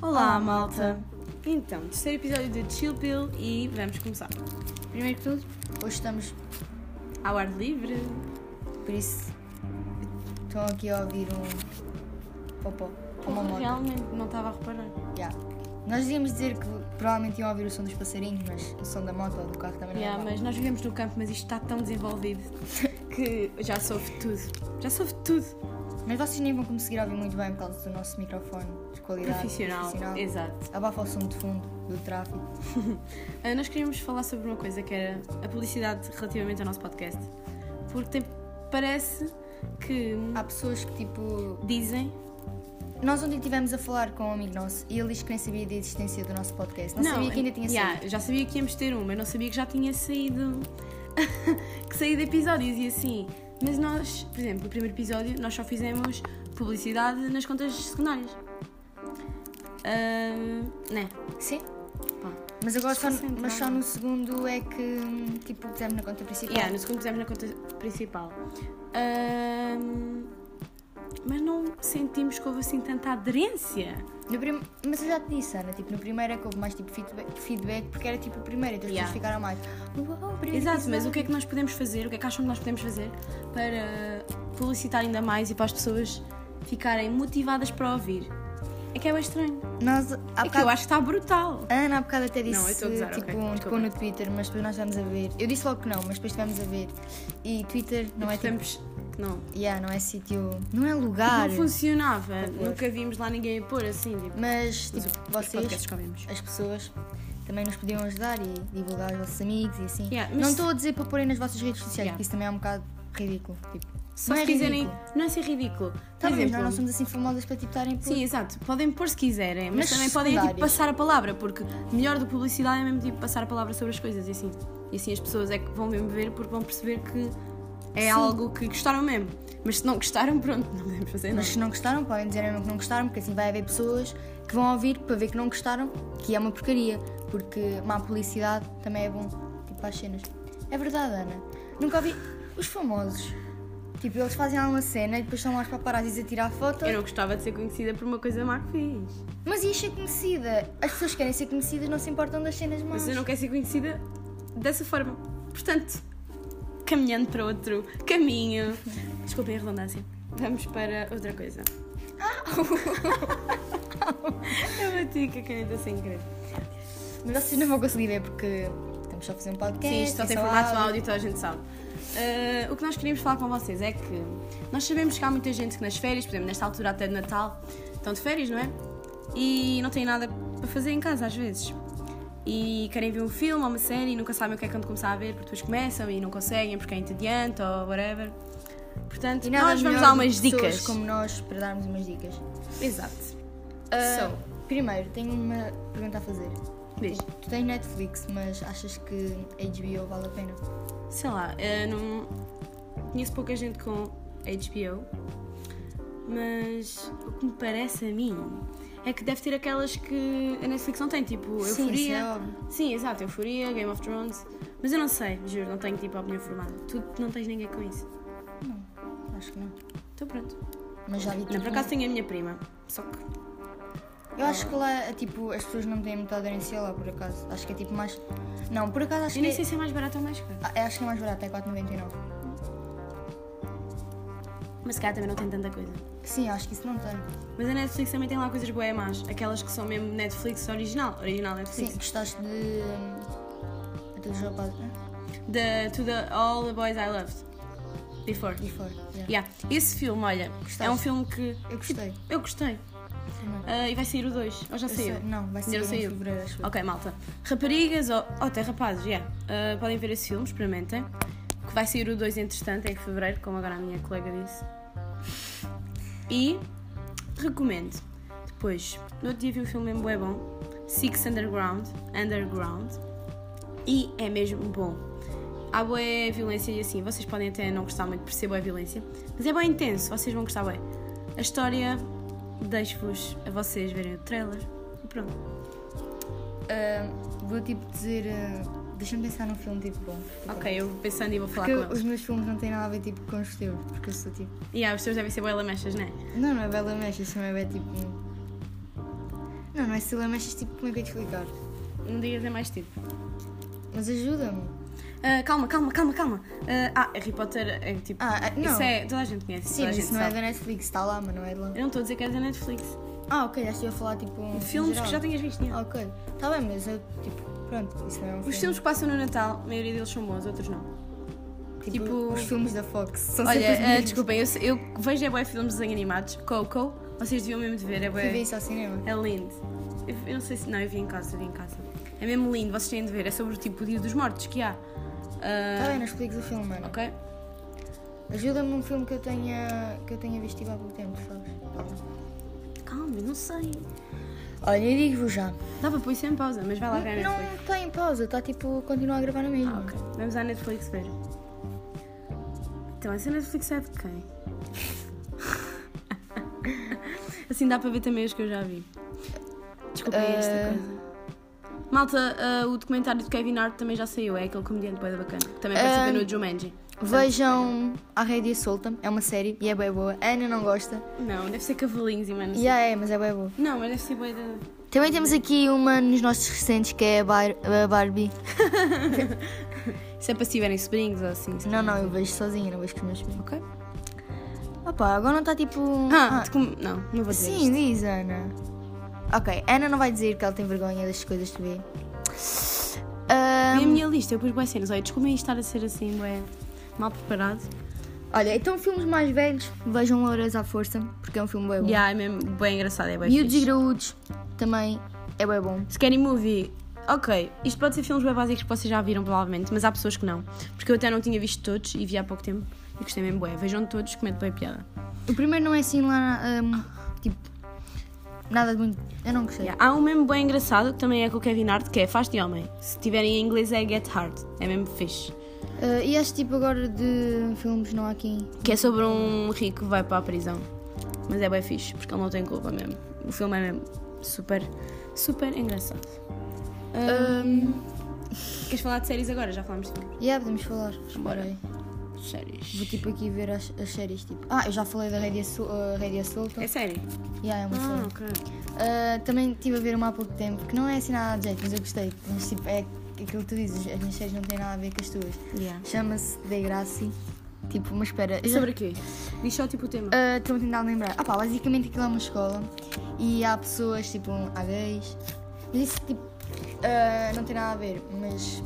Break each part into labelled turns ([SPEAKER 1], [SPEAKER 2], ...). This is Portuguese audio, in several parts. [SPEAKER 1] Olá, malta!
[SPEAKER 2] Então, terceiro episódio de Chill Pill e vamos começar.
[SPEAKER 1] Primeiro que tudo, hoje estamos,
[SPEAKER 2] Ao ar livre.
[SPEAKER 1] por isso, estão aqui a ouvir um popó, uma
[SPEAKER 2] Porra,
[SPEAKER 1] moda.
[SPEAKER 2] realmente não estava a reparar.
[SPEAKER 1] Yeah. Nós íamos dizer que provavelmente iam ouvir o som dos passarinhos, mas o som da moto ou do carro também não
[SPEAKER 2] Yeah,
[SPEAKER 1] é mau.
[SPEAKER 2] mas nós vivemos no campo, mas isto está tão desenvolvido que já soube tudo. Já soube tudo.
[SPEAKER 1] Mas vocês nem vão conseguir ouvir muito bem por causa do nosso microfone de qualidade
[SPEAKER 2] Profissional. Exato.
[SPEAKER 1] Abafa o som de fundo do tráfego.
[SPEAKER 2] Ah, nós queríamos falar sobre uma coisa que era a publicidade relativamente ao nosso podcast. Porque tem- parece que
[SPEAKER 1] Há pessoas que, tipo,
[SPEAKER 2] dizem.
[SPEAKER 1] nós ontem estivemos a falar com um amigo nosso e ele disse que nem sabia da existência do nosso podcast. Não, sabia que ainda tinha
[SPEAKER 2] yeah,
[SPEAKER 1] saído.
[SPEAKER 2] Já sabia que íamos ter um, mas não sabia que já tinha saído. que saído episódios e assim. Mas nós, por exemplo, no primeiro episódio, nós só fizemos publicidade nas contas secundárias. Ahn, né?
[SPEAKER 1] Sim?
[SPEAKER 2] Pá.
[SPEAKER 1] Mas agora só,
[SPEAKER 2] Desconcentrada.
[SPEAKER 1] mas só no segundo é que tipo pusemos na conta principal.
[SPEAKER 2] Yeah, no segundo fizemos na conta principal. Ahn, mas não sentimos que houve assim tanta aderência.
[SPEAKER 1] No prim- Mas eu já te disse, Ana, tipo, no primeiro é que houve mais tipo feedback, feedback porque era tipo o primeiro, então as
[SPEAKER 2] Yeah.
[SPEAKER 1] pessoas ficaram mais. Uau, o primeiro
[SPEAKER 2] Exato, mas
[SPEAKER 1] episódio."
[SPEAKER 2] o que é que nós podemos fazer? O que é que acham que nós podemos fazer para publicitar ainda mais e para as pessoas ficarem motivadas para ouvir? É que é bem estranho.
[SPEAKER 1] Nós, há
[SPEAKER 2] É que eu
[SPEAKER 1] bocado,
[SPEAKER 2] acho que está brutal.
[SPEAKER 1] a Ana há bocado até disse
[SPEAKER 2] eu estou a gozar,
[SPEAKER 1] tipo
[SPEAKER 2] ok,
[SPEAKER 1] um
[SPEAKER 2] desculpa.
[SPEAKER 1] tipo, no Twitter, mas depois nós estivemos a ver. Eu disse logo que não, mas depois estivemos a ver. E Twitter não é tipo.
[SPEAKER 2] Temos que não.
[SPEAKER 1] Yeah, não é sítio. Não é lugar.
[SPEAKER 2] Não funcionava.
[SPEAKER 1] Por favor.
[SPEAKER 2] Nunca vimos lá ninguém a pôr assim. Tipo,
[SPEAKER 1] mas tipo,
[SPEAKER 2] os podcasts
[SPEAKER 1] vocês,
[SPEAKER 2] que ouvimos.
[SPEAKER 1] as pessoas também nos podiam ajudar e divulgar aos vossos amigos e assim.
[SPEAKER 2] Yeah, mas
[SPEAKER 1] não
[SPEAKER 2] se-
[SPEAKER 1] estou a dizer para porem nas vossas redes sociais,
[SPEAKER 2] Yeah.
[SPEAKER 1] porque isso também é um bocado ridículo. Tipo,
[SPEAKER 2] Só
[SPEAKER 1] não
[SPEAKER 2] se
[SPEAKER 1] é
[SPEAKER 2] quiserem.
[SPEAKER 1] ridículo.
[SPEAKER 2] Não é ser ridículo. Por
[SPEAKER 1] Tá bem, mas
[SPEAKER 2] exemplo,
[SPEAKER 1] nós não somos assim famosas para tipo estarem por.
[SPEAKER 2] Sim, exato. Podem pôr se quiserem, mas
[SPEAKER 1] Mas
[SPEAKER 2] também podem tipo,
[SPEAKER 1] secundários.
[SPEAKER 2] passar a palavra, porque melhor do que publicidade é mesmo tipo, passar a palavra sobre as coisas e assim. E assim as pessoas é que vão mesmo ver porque vão perceber que é
[SPEAKER 1] Sim.
[SPEAKER 2] algo que gostaram mesmo. Mas se não gostaram, pronto, não podemos fazer
[SPEAKER 1] Mas
[SPEAKER 2] nada.
[SPEAKER 1] se não gostaram, podem dizer mesmo que não gostaram, porque assim vai haver pessoas que vão ouvir para ver que não gostaram, que é uma porcaria, porque má publicidade também é bom, tipo, para as cenas. É verdade, Ana. Nunca ouvi os famosos. Tipo, eles fazem lá uma cena e depois estão lá os paparazzis a tirar foto.
[SPEAKER 2] Eu não gostava de ser conhecida por uma coisa má que fiz.
[SPEAKER 1] Mas isto é conhecida. As pessoas que querem ser conhecidas não se importam das cenas más.
[SPEAKER 2] Mas eu não quero ser conhecida dessa forma. Portanto, caminhando para outro caminho. Desculpem a redundância. Vamos para outra coisa.
[SPEAKER 1] Ah!
[SPEAKER 2] eu bati com a caneta sem querer.
[SPEAKER 1] Mas vocês não vão conseguir ver porque estamos só a fazer um podcast.
[SPEAKER 2] Sim, isto só
[SPEAKER 1] é
[SPEAKER 2] tem formato áudio, então a gente sabe. Ah, o que nós queríamos falar com vocês é que nós sabemos que há muita gente que nas férias, por exemplo, nesta altura até de Natal, estão de férias, não é? E não têm nada para fazer em casa às vezes. E querem ver um filme ou uma série e nunca sabem o que é que vão começar a ver, porque depois começam e não conseguem porque é entediante ou whatever. Portanto,
[SPEAKER 1] E nada
[SPEAKER 2] nós vamos
[SPEAKER 1] melhor
[SPEAKER 2] dar
[SPEAKER 1] do
[SPEAKER 2] umas
[SPEAKER 1] que pessoas
[SPEAKER 2] dicas.
[SPEAKER 1] como nós para darmos umas dicas.
[SPEAKER 2] Exato.
[SPEAKER 1] Ah,
[SPEAKER 2] So,
[SPEAKER 1] primeiro, tenho uma pergunta a fazer.
[SPEAKER 2] diz.
[SPEAKER 1] Tu tens Netflix, mas achas que HBO vale a pena?
[SPEAKER 2] sei lá, eu não conheço pouca gente com HBO, mas o que me parece a mim é que deve ter aquelas que a Netflix não tem, tipo
[SPEAKER 1] Sim, isso é
[SPEAKER 2] Euforia.
[SPEAKER 1] óbvio.
[SPEAKER 2] Sim, exato, Euforia, Game of Thrones. Mas eu não sei, juro, não tenho tipo a opinião formada. Tu não tens ninguém com isso.
[SPEAKER 1] Acho que não.
[SPEAKER 2] Então pronto.
[SPEAKER 1] Mas já vi
[SPEAKER 2] Não,
[SPEAKER 1] tudo.
[SPEAKER 2] por acaso tenho a minha prima, só que.
[SPEAKER 1] Eu acho que lá, tipo, as pessoas não têm muita aderência lá, por acaso. Acho que é tipo mais... Não, por acaso acho
[SPEAKER 2] Eu
[SPEAKER 1] que
[SPEAKER 2] nem
[SPEAKER 1] é...
[SPEAKER 2] sei se é mais barato ou mais caro.
[SPEAKER 1] Ah, Acho que é mais barato, é 4,99.
[SPEAKER 2] Mas se calhar também não tem tanta coisa.
[SPEAKER 1] Sim, acho que isso não tem.
[SPEAKER 2] Mas a Netflix também tem lá coisas boas más. Aquelas que são mesmo Netflix original. Original é
[SPEAKER 1] Sim,
[SPEAKER 2] Netflix.
[SPEAKER 1] gostaste de... hum, Aqueles rapazes, né?
[SPEAKER 2] The, to the All the Boys I Loved. Before.
[SPEAKER 1] E fora. yeah.
[SPEAKER 2] Yeah. Esse filme, olha,
[SPEAKER 1] Gostaste?
[SPEAKER 2] é um filme que
[SPEAKER 1] Eu gostei.
[SPEAKER 2] eu gostei.
[SPEAKER 1] Também.
[SPEAKER 2] Ah, e vai sair o 2. Ou já
[SPEAKER 1] Eu
[SPEAKER 2] saiu?
[SPEAKER 1] sei- Não, vai ser
[SPEAKER 2] Ainda
[SPEAKER 1] em
[SPEAKER 2] não saiu.
[SPEAKER 1] fevereiro, acho eu.
[SPEAKER 2] Ok, malta. Raparigas ou, ou até rapazes, yeah. Ah, podem ver esse filme, experimentem. Que vai sair o 2 entretanto, em fevereiro, como agora a minha colega disse. E recomendo. Depois, no outro dia vi um filme mesmo bué bom, Six Underground, Underground, e é mesmo bom. Há boa violência e assim, vocês podem até não gostar muito por ser boa violência, mas é bem intenso, vocês vão gostar bem. A história, deixo-vos a vocês verem o trailer e pronto.
[SPEAKER 1] Ah, Vou, tipo, dizer... ah, Deixa-me pensar num filme, tipo, bom.
[SPEAKER 2] Ok, eu vou pensando e vou falar
[SPEAKER 1] Porque
[SPEAKER 2] com eles.
[SPEAKER 1] os meus filmes não têm nada a ver, tipo, com os teus. Porque eu sou, tipo...
[SPEAKER 2] né? E ah, os teus devem ser boa lamechas, não é?
[SPEAKER 1] Não, não é Bela Mexe, isso não é bem tipo. um- Não, não é cilamanchas, tipo, como é que eu ia te explicar?
[SPEAKER 2] Não digas é mais tempo.
[SPEAKER 1] Mas ajuda-me.
[SPEAKER 2] Ah, calma, calma, calma, calma. Ah, ah, Harry Potter é tipo.
[SPEAKER 1] Ah, ah, não.
[SPEAKER 2] Isso é. Toda a gente conhece.
[SPEAKER 1] Sim,
[SPEAKER 2] toda a
[SPEAKER 1] mas
[SPEAKER 2] gente
[SPEAKER 1] isso não é
[SPEAKER 2] sabe.
[SPEAKER 1] da Netflix, está lá, mas não é de lá.
[SPEAKER 2] Eu não estou a dizer que é da Netflix.
[SPEAKER 1] Ah, ok, já estive a falar, tipo, um
[SPEAKER 2] Filmes que já tinhas visto.
[SPEAKER 1] Ah, ok. Está bem, mas eu, tipo, pronto, isso não é um
[SPEAKER 2] Os
[SPEAKER 1] filme.
[SPEAKER 2] filmes que passam no Natal, a maioria deles são bons, outros não. tipo-
[SPEAKER 1] Os filmes da Fox são
[SPEAKER 2] Olha,
[SPEAKER 1] sempre os
[SPEAKER 2] ah,
[SPEAKER 1] mesmos.
[SPEAKER 2] desculpem, eu, se- eu vejo é bué filmes de desenho animados. Coco, vocês deviam mesmo de ver, é
[SPEAKER 1] Fui ver
[SPEAKER 2] bué.
[SPEAKER 1] isso ao cinema.
[SPEAKER 2] É lindo. Eu, eu não sei se. Não, eu vi em casa, eu vi em casa. É mesmo lindo, vocês têm de ver. É sobre tipo o dia dos mortos que há. Ah,
[SPEAKER 1] Está Tá bem, não expliques o filme, mano.
[SPEAKER 2] ok?
[SPEAKER 1] Ajuda-me num filme que eu tenha, que eu tenha visto tipo, há pouco tempo, sabes?
[SPEAKER 2] Calma, eu não sei.
[SPEAKER 1] Olha, eu digo-vos já.
[SPEAKER 2] Dá para pôr isso Tá, em pausa, mas vai lá ver a Netflix.
[SPEAKER 1] Não está em pausa, está tipo, continua a gravar na mesma.
[SPEAKER 2] Ah, ok. Vamos à Netflix ver. Então, essa Netflix é de quem? assim dá para ver também os que eu já vi. Desculpem
[SPEAKER 1] Eh,
[SPEAKER 2] esta coisa. Malta, eh, o documentário do Kevin Hart também já saiu. É aquele comediante bué da bacana. Que também participa
[SPEAKER 1] Eh,
[SPEAKER 2] no Jumanji.
[SPEAKER 1] Vejam A Rede Solta, é uma série e é bem boa. A Ana não gosta.
[SPEAKER 2] Não, deve ser cavalinhos e mano.
[SPEAKER 1] E yeah, é, mas é bem boa.
[SPEAKER 2] Não, mas deve ser bué da...
[SPEAKER 1] Também temos aqui uma nos nossos recentes que é a, Bar- a Barbie.
[SPEAKER 2] Isso é para se tiverem sobrinhos ou assim. se
[SPEAKER 1] Não, não,
[SPEAKER 2] tiverem-
[SPEAKER 1] eu vejo sozinha, não vejo com os meus filhos.
[SPEAKER 2] Ok.
[SPEAKER 1] Opa, agora não está tipo.
[SPEAKER 2] Ah, de com- não, não vou dizer
[SPEAKER 1] sim, diz Ana. Ok, Ana não vai dizer que ela tem vergonha das coisas que vê. Ah,
[SPEAKER 2] E a minha lista, eu pus boas cenas. Olha, desculpem estar a ser assim, bué, mal preparado.
[SPEAKER 1] olha, então filmes mais velhos, vejam Louras à Força, porque é um filme bem bom.
[SPEAKER 2] Yeah, é mesmo bem engraçado, é bem
[SPEAKER 1] Miúdos e
[SPEAKER 2] fixe.
[SPEAKER 1] graúdos também é bem bom.
[SPEAKER 2] Scary Movie, ok, isto pode ser filmes bem básicos que vocês já viram provavelmente, mas há pessoas que não. Porque eu até não tinha visto todos e vi há pouco tempo e gostei mesmo bué. Vejam todos, que mete bem piada.
[SPEAKER 1] O primeiro não é assim lá, ah, tipo, nada de muito. Eu não gostei.
[SPEAKER 2] Yeah, Há um mesmo bem engraçado que também é com o Kevin Hart, que é Faz de Homem. Se tiverem em inglês é Get Hard, é mesmo fixe.
[SPEAKER 1] Ah, e acho tipo agora de filmes não há aqui.
[SPEAKER 2] Que é sobre um rico que vai para a prisão. Mas é bem fixe, porque ele não tem culpa mesmo. O filme é mesmo super, super engraçado. Hum, Queres falar de séries agora? Já falámos de filmes.
[SPEAKER 1] Yeah, podemos falar. Espera
[SPEAKER 2] Bora.
[SPEAKER 1] aí. Vou
[SPEAKER 2] Séries.
[SPEAKER 1] tipo aqui ver as, as séries. Tipo. Ah, eu já falei da Rédia Sol- ah, Rédia Solta.
[SPEAKER 2] É série?
[SPEAKER 1] Yeah, é uma série.
[SPEAKER 2] Ah, ok.
[SPEAKER 1] Ah, também estive a ver uma há pouco tempo, que não é assim nada de jeito, mas eu gostei. Mas tipo, é aquilo que tu dizes, as minhas séries não têm nada a ver com as tuas.
[SPEAKER 2] Yeah.
[SPEAKER 1] Chama-se De Graci. Tipo, mas espera. eu já-
[SPEAKER 2] Sobre o quê? Diz só tipo o tema.
[SPEAKER 1] Ah, Estou a tentar lembrar. Ah pá, basicamente aquilo é uma escola e há pessoas, tipo, há gays. Mas isso, tipo, ah, não tem nada a ver, mas.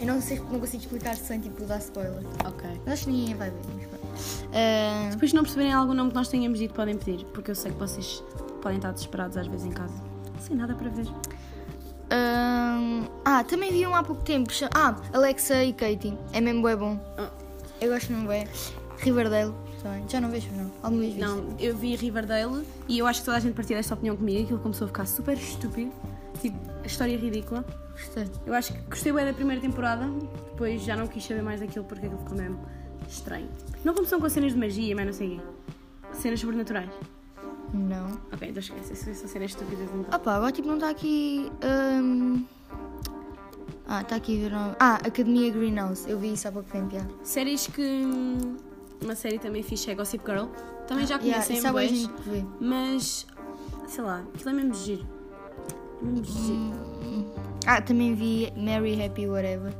[SPEAKER 1] Eu não sei, não consigo explicar sem, tipo, dar spoiler.
[SPEAKER 2] Ok.
[SPEAKER 1] Mas acho que ninguém vai ver, mas pronto. Ah,
[SPEAKER 2] Depois, se não perceberem algum nome que nós tenhamos dito, podem pedir, porque eu sei que vocês podem estar desesperados às vezes em casa. Sem nada para ver.
[SPEAKER 1] Ahn, ah, também vi um há pouco tempo. cha- Ah, Alexa e Katie. É mesmo bué bom.
[SPEAKER 2] Ah,
[SPEAKER 1] Eu gosto mesmo bué. Riverdale também. Já não vejo, não. Alguma vez viste?
[SPEAKER 2] Não, eu vi Riverdale e eu acho que toda a gente partilha esta opinião comigo. Aquilo começou a ficar super estúpido. Tipo, a história é ridícula.
[SPEAKER 1] Gostei.
[SPEAKER 2] Eu acho que gostei bem da primeira temporada, depois já não quis saber mais daquilo porque aquilo ficou mesmo estranho. Não começou com cenas de magia, mas não sei o quê. Cenas sobrenaturais.
[SPEAKER 1] Não.
[SPEAKER 2] Ok, então esquece, essas são cenas estúpidas então.
[SPEAKER 1] Ah pá, agora tipo não está aqui... ahm, Ah, está aqui a ver... não- Ah, Academia Greenhouse. Eu vi isso há pouco tempo, já.
[SPEAKER 2] Séries que. hum, Uma série também fixe é Gossip Girl. Também já
[SPEAKER 1] Ah, Yeah,
[SPEAKER 2] conhecem
[SPEAKER 1] isso há bué
[SPEAKER 2] boas,
[SPEAKER 1] gente que vê.
[SPEAKER 2] mas. sei lá, aquilo é mesmo giro. É mesmo giro.
[SPEAKER 1] Ah, também vi Mary Happy Whatever.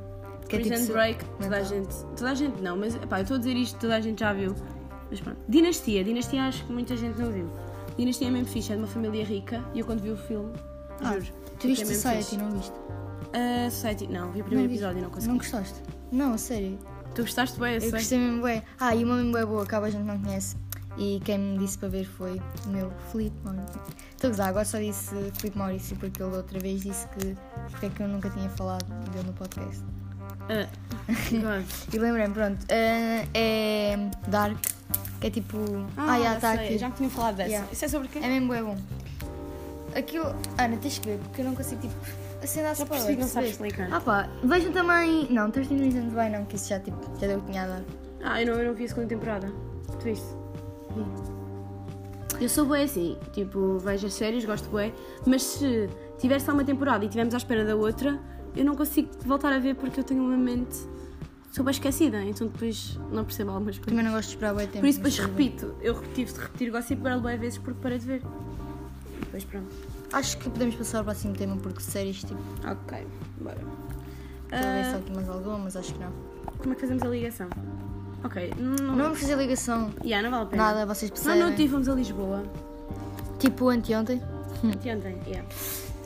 [SPEAKER 1] Que é tipo...
[SPEAKER 2] Prison
[SPEAKER 1] so-
[SPEAKER 2] Break, toda a
[SPEAKER 1] Natal.
[SPEAKER 2] gente. Toda a gente não, mas pá, eu estou a dizer isto, toda a gente já viu. Mas pronto. Dinastia, Dinastia acho que muita gente não viu. Dinastia é mesmo fixe, é de uma família rica e eu quando vi o filme,
[SPEAKER 1] Ah,
[SPEAKER 2] juro.
[SPEAKER 1] Tu
[SPEAKER 2] fiquei
[SPEAKER 1] viste
[SPEAKER 2] mesmo
[SPEAKER 1] Society,
[SPEAKER 2] fixe.
[SPEAKER 1] não viste?
[SPEAKER 2] Ah, Society, não, vi o primeiro
[SPEAKER 1] vi.
[SPEAKER 2] episódio e não consegui.
[SPEAKER 1] Não gostaste? Não, a sério.
[SPEAKER 2] Tu gostaste bem, eu,
[SPEAKER 1] Eu
[SPEAKER 2] sei.
[SPEAKER 1] gostei mesmo bué. Ah, e uma mesmo bué boa, que a gente não conhece. E quem me disse para ver foi o meu Felipe Maurício. Estou a gozar, agora só disse Felipe Maurício porque ele outra vez disse que porque é que eu nunca tinha falado dele no podcast.
[SPEAKER 2] Ah, God.
[SPEAKER 1] E lembrei-me, pronto, ah, é Dark, que é tipo. Ah, já está
[SPEAKER 2] sei,
[SPEAKER 1] aqui.
[SPEAKER 2] Já me tinham falado dessa.
[SPEAKER 1] Yeah.
[SPEAKER 2] Isso é sobre quem?
[SPEAKER 1] É mesmo bué bom. Aquilo. Ana, tens que ver, porque eu não consigo tipo. Assim dá
[SPEAKER 2] Já percebi que não sabes explicar.
[SPEAKER 1] Ah pá, vejam também. Não, 13 Reasons Why não, que isso já tipo. Já deu o que tinha a dar.
[SPEAKER 2] Ah, eu não, eu não vi a segunda temporada. Tu viste? Eu sou bem assim, tipo, vejo as séries, gosto bem, mas se tiver só uma temporada e estivermos à espera da outra, eu não consigo voltar a ver porque eu tenho uma mente super esquecida, então depois não percebo algumas coisas.
[SPEAKER 1] Também não gosto de esperar bué tempo.
[SPEAKER 2] Por isso
[SPEAKER 1] mas
[SPEAKER 2] depois
[SPEAKER 1] tudo bem.
[SPEAKER 2] repito, eu tive de repetir Gossip Girl bem vezes porque parei de ver. E Depois pronto.
[SPEAKER 1] Acho que podemos passar ao próximo tema, porque séries, tipo,
[SPEAKER 2] Ok, bora.
[SPEAKER 1] talvez
[SPEAKER 2] Ah,
[SPEAKER 1] só aqui mais algumas, acho que não.
[SPEAKER 2] como é que fazemos a ligação? Ok, não,
[SPEAKER 1] Não vamos fazer ligação,
[SPEAKER 2] Yeah, não vale a pena.
[SPEAKER 1] nada, vocês
[SPEAKER 2] é. Não,
[SPEAKER 1] percebem.
[SPEAKER 2] não tivemos a Lisboa.
[SPEAKER 1] Tipo anteontem.
[SPEAKER 2] Anteontem, yeah.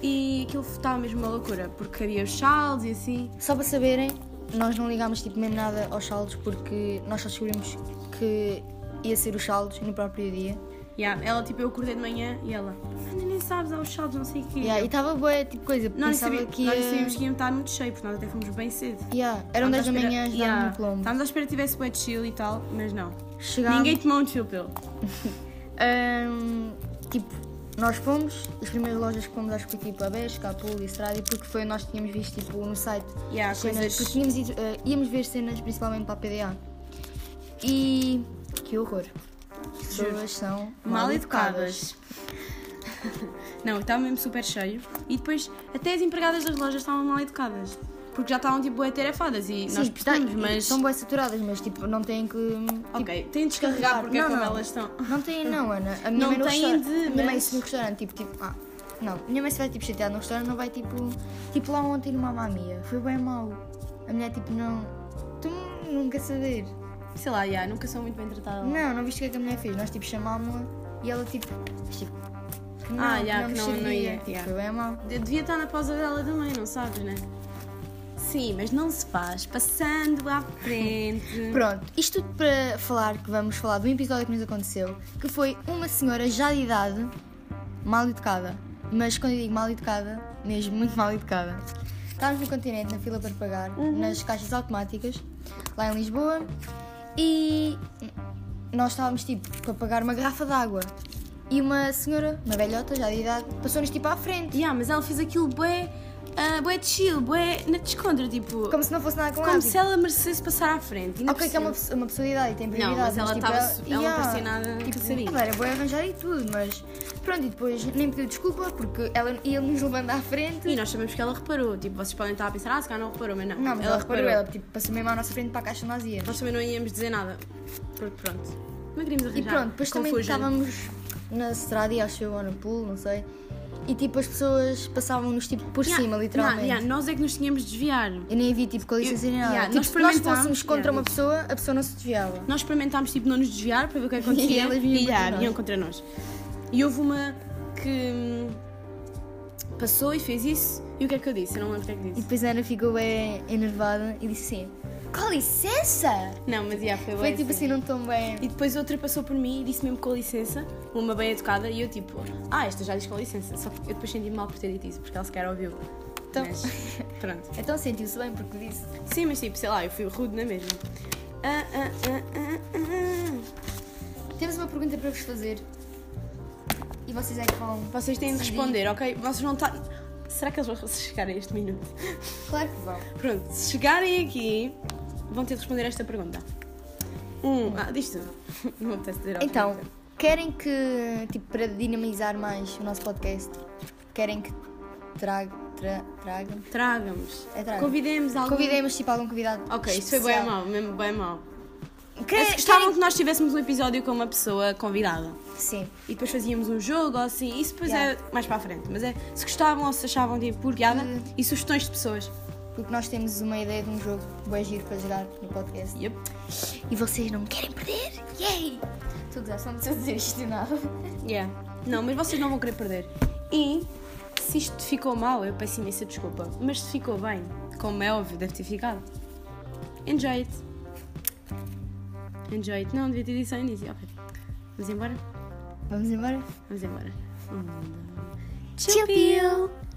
[SPEAKER 2] E aquilo estava mesmo uma loucura, porque havia os chales e assim.
[SPEAKER 1] Só para saberem, nós não ligámos tipo, mesmo nada aos saldos, porque nós só descobrimos que ia ser os saldos no próprio dia.
[SPEAKER 2] Yeah, ela, tipo, eu acordei de manhã e ela, ainda nem sabes, há os chales, não sei o quê.
[SPEAKER 1] Yeah, e estava boa, tipo coisa,
[SPEAKER 2] Nós, nem
[SPEAKER 1] pensava
[SPEAKER 2] sabia-
[SPEAKER 1] que
[SPEAKER 2] nós nem
[SPEAKER 1] ia-
[SPEAKER 2] sabíamos que ia estar muito cheio, porque nós até fomos bem cedo.
[SPEAKER 1] Yeah, eram 10
[SPEAKER 2] Estávamos
[SPEAKER 1] da
[SPEAKER 2] à
[SPEAKER 1] manhã,
[SPEAKER 2] espera-
[SPEAKER 1] já
[SPEAKER 2] yeah,
[SPEAKER 1] no Colombo.
[SPEAKER 2] Estávamos à espera que tivesse bué de chill e tal, mas não.
[SPEAKER 1] Chegámos,
[SPEAKER 2] Ninguém tomou um chill pill.
[SPEAKER 1] ahm, tipo, nós fomos, as primeiras lojas que fomos acho que foi tipo a Besca, a Pula e Stradi, porque foi onde nós tínhamos visto tipo, no site
[SPEAKER 2] Yeah,
[SPEAKER 1] as cenas,
[SPEAKER 2] coisas-
[SPEAKER 1] porque tínhamos ido, ah, íamos ver cenas principalmente para a PDA. E que horror. As pessoas são
[SPEAKER 2] Mal educadas. não, estava mesmo super cheio. E depois, até as empregadas das lojas estavam mal educadas. Porque já estavam, tipo, bué tarefadas e nós
[SPEAKER 1] Sim, tá-
[SPEAKER 2] percebemos, mas...
[SPEAKER 1] São bem saturadas, mas tipo, não têm que.
[SPEAKER 2] Ok, têm de descarregar porque é
[SPEAKER 1] Não,
[SPEAKER 2] como
[SPEAKER 1] não.
[SPEAKER 2] elas estão.
[SPEAKER 1] Não têm, não, Ana. A minha
[SPEAKER 2] Não
[SPEAKER 1] mãe no
[SPEAKER 2] têm
[SPEAKER 1] restaurante-
[SPEAKER 2] de,
[SPEAKER 1] a Minha mãe
[SPEAKER 2] mas-
[SPEAKER 1] se no restaurante, tipo, tipo, ah. Não, minha mãe se vai tipo chateada no restaurante, não vai tipo. Tipo lá ontem numa mamia. Foi bem mau. A mulher tipo, não. Tu nunca saber.
[SPEAKER 2] Sei lá, yeah, nunca são muito bem tratadas.
[SPEAKER 1] Não, não viste o que é que a mulher fez. Nós tipo chamámos-la e ela tipo. tipo que não,
[SPEAKER 2] Ah,
[SPEAKER 1] que
[SPEAKER 2] já,
[SPEAKER 1] não
[SPEAKER 2] que
[SPEAKER 1] nos
[SPEAKER 2] não- não
[SPEAKER 1] servia.
[SPEAKER 2] ia,
[SPEAKER 1] Tipo,
[SPEAKER 2] já.
[SPEAKER 1] Foi bem mau.
[SPEAKER 2] Eu devia estar na pausa dela também, não sabes, né? Sim, mas não se faz. Passando à frente.
[SPEAKER 1] Pronto, isto tudo para falar que vamos falar de um episódio que nos aconteceu, que foi uma senhora já de idade, mal educada. Mas quando eu digo mal educada, mesmo muito mal educada. Estávamos no continente, na fila para pagar, nas caixas automáticas, lá em Lisboa, e nós estávamos tipo para pagar uma garrafa de água. E uma senhora, uma velhota já de idade, passou-nos tipo à frente,
[SPEAKER 2] Yeah, mas ela fez aquilo bué, ah, bué de chill, bué na descontra, tipo... Como,
[SPEAKER 1] como se não fosse nada com ela.
[SPEAKER 2] se
[SPEAKER 1] tipo,
[SPEAKER 2] ela merecesse passar à frente. ainda
[SPEAKER 1] Ok,
[SPEAKER 2] por
[SPEAKER 1] que é
[SPEAKER 2] cima.
[SPEAKER 1] uma, pessoa- uma pessoa de idade e tem prioridade.
[SPEAKER 2] mas ela
[SPEAKER 1] tipo,
[SPEAKER 2] tava su- ela não parecia nada que
[SPEAKER 1] tipo,
[SPEAKER 2] sabia.
[SPEAKER 1] Ela era boa a arranjar e tudo, mas pronto, e depois nem pediu desculpa porque ela ia nos levando à frente.
[SPEAKER 2] E nós sabemos que ela reparou. Tipo, vocês podem estar a pensar, ah, se calhar não reparou, mas não.
[SPEAKER 1] Não, mas ela, reparou, ela tipo, passou mesmo à nossa frente para a caixa nós íamos.
[SPEAKER 2] Nós também não íamos dizer nada. Porque pronto. Não queríamos arranjar.
[SPEAKER 1] E pronto, depois também
[SPEAKER 2] Confusão.
[SPEAKER 1] estávamos na estrada, acho eu, ou no pool, não sei. E tipo, as pessoas passavam-nos tipo por
[SPEAKER 2] Yeah,
[SPEAKER 1] cima,
[SPEAKER 2] yeah,
[SPEAKER 1] literalmente.
[SPEAKER 2] yeah, nós é que nos tínhamos de desviar.
[SPEAKER 1] Eu nem vi tipo com licença nem
[SPEAKER 2] Eu-
[SPEAKER 1] nada.
[SPEAKER 2] yeah,
[SPEAKER 1] tipo,
[SPEAKER 2] nós
[SPEAKER 1] se nós
[SPEAKER 2] experimentámos,
[SPEAKER 1] fôssemos contra
[SPEAKER 2] yeah.
[SPEAKER 1] uma pessoa, a pessoa não se desviava.
[SPEAKER 2] Nós experimentámos tipo não nos desviar para ver o que acontecia
[SPEAKER 1] E elas vinham contra
[SPEAKER 2] yeah,
[SPEAKER 1] nós.
[SPEAKER 2] vinham contra nós. E houve uma que hum, passou e fez isso. E o que é que eu disse? Eu não lembro o que é que
[SPEAKER 1] E
[SPEAKER 2] disse.
[SPEAKER 1] depois a Ana ficou bem enervada e disse assim: Com licença!
[SPEAKER 2] Não, mas yeah, foi,
[SPEAKER 1] Foi
[SPEAKER 2] bué
[SPEAKER 1] tipo assim, não tão bem.
[SPEAKER 2] E depois outra passou por mim e disse mesmo com licença, uma bem educada, e eu tipo, ah, esta já diz com licença. Só que eu depois senti-me mal por ter dito isso, porque ela sequer ouviu.
[SPEAKER 1] Então-
[SPEAKER 2] Mas, pronto.
[SPEAKER 1] Então sentiu-se bem porque disse.
[SPEAKER 2] Sim, mas tipo, sei lá, eu fui rude na mesma. Ah, ah, ah, ah,
[SPEAKER 1] Temos uma pergunta para vos fazer. E vocês é que vão.
[SPEAKER 2] ah. Vocês têm de
[SPEAKER 1] Sim.
[SPEAKER 2] responder, ok? Vocês não estão. Será que eles vão chegar a este minuto?
[SPEAKER 1] Claro que vão.
[SPEAKER 2] Pronto, se chegarem aqui, vão ter de responder esta pergunta. Um, ah, diz tu. Não me apetece dizer algo.
[SPEAKER 1] Então, querem que, tipo, para dinamizar mais o nosso podcast, querem que traga. Tra, traga
[SPEAKER 2] Tragamos.
[SPEAKER 1] É, traga.
[SPEAKER 2] Convidemos algum.
[SPEAKER 1] Convidemos, tipo, algum convidado.
[SPEAKER 2] Ok, isso foi bem
[SPEAKER 1] especial. É,
[SPEAKER 2] mau, mesmo bem mau.
[SPEAKER 1] Que-
[SPEAKER 2] Eles gostavam que nós tivéssemos um episódio com uma pessoa convidada.
[SPEAKER 1] querem- Sim.
[SPEAKER 2] E depois fazíamos um jogo ou assim. Isso depois
[SPEAKER 1] Yeah.
[SPEAKER 2] é mais para a frente. Mas é se gostavam ou se achavam tipo por piada
[SPEAKER 1] Hum.
[SPEAKER 2] e sugestões de pessoas.
[SPEAKER 1] Porque nós temos uma ideia de um jogo bem giro para jogar no podcast.
[SPEAKER 2] Yep.
[SPEAKER 1] E vocês não me querem perder? Yay! Tudo já são de dizer isto e nada.
[SPEAKER 2] Yeah. Não, mas vocês não vão querer perder. E se isto ficou mal, eu peço imensa desculpa. Mas se ficou bem, como é óbvio, deve ter ficado. Enjoy it. Enjoy it. Não, devia ter dito só ao início. Ok. Vamos embora?
[SPEAKER 1] Vamos embora?
[SPEAKER 2] Vamos embora. Um, dois.
[SPEAKER 1] Tchau, tchau.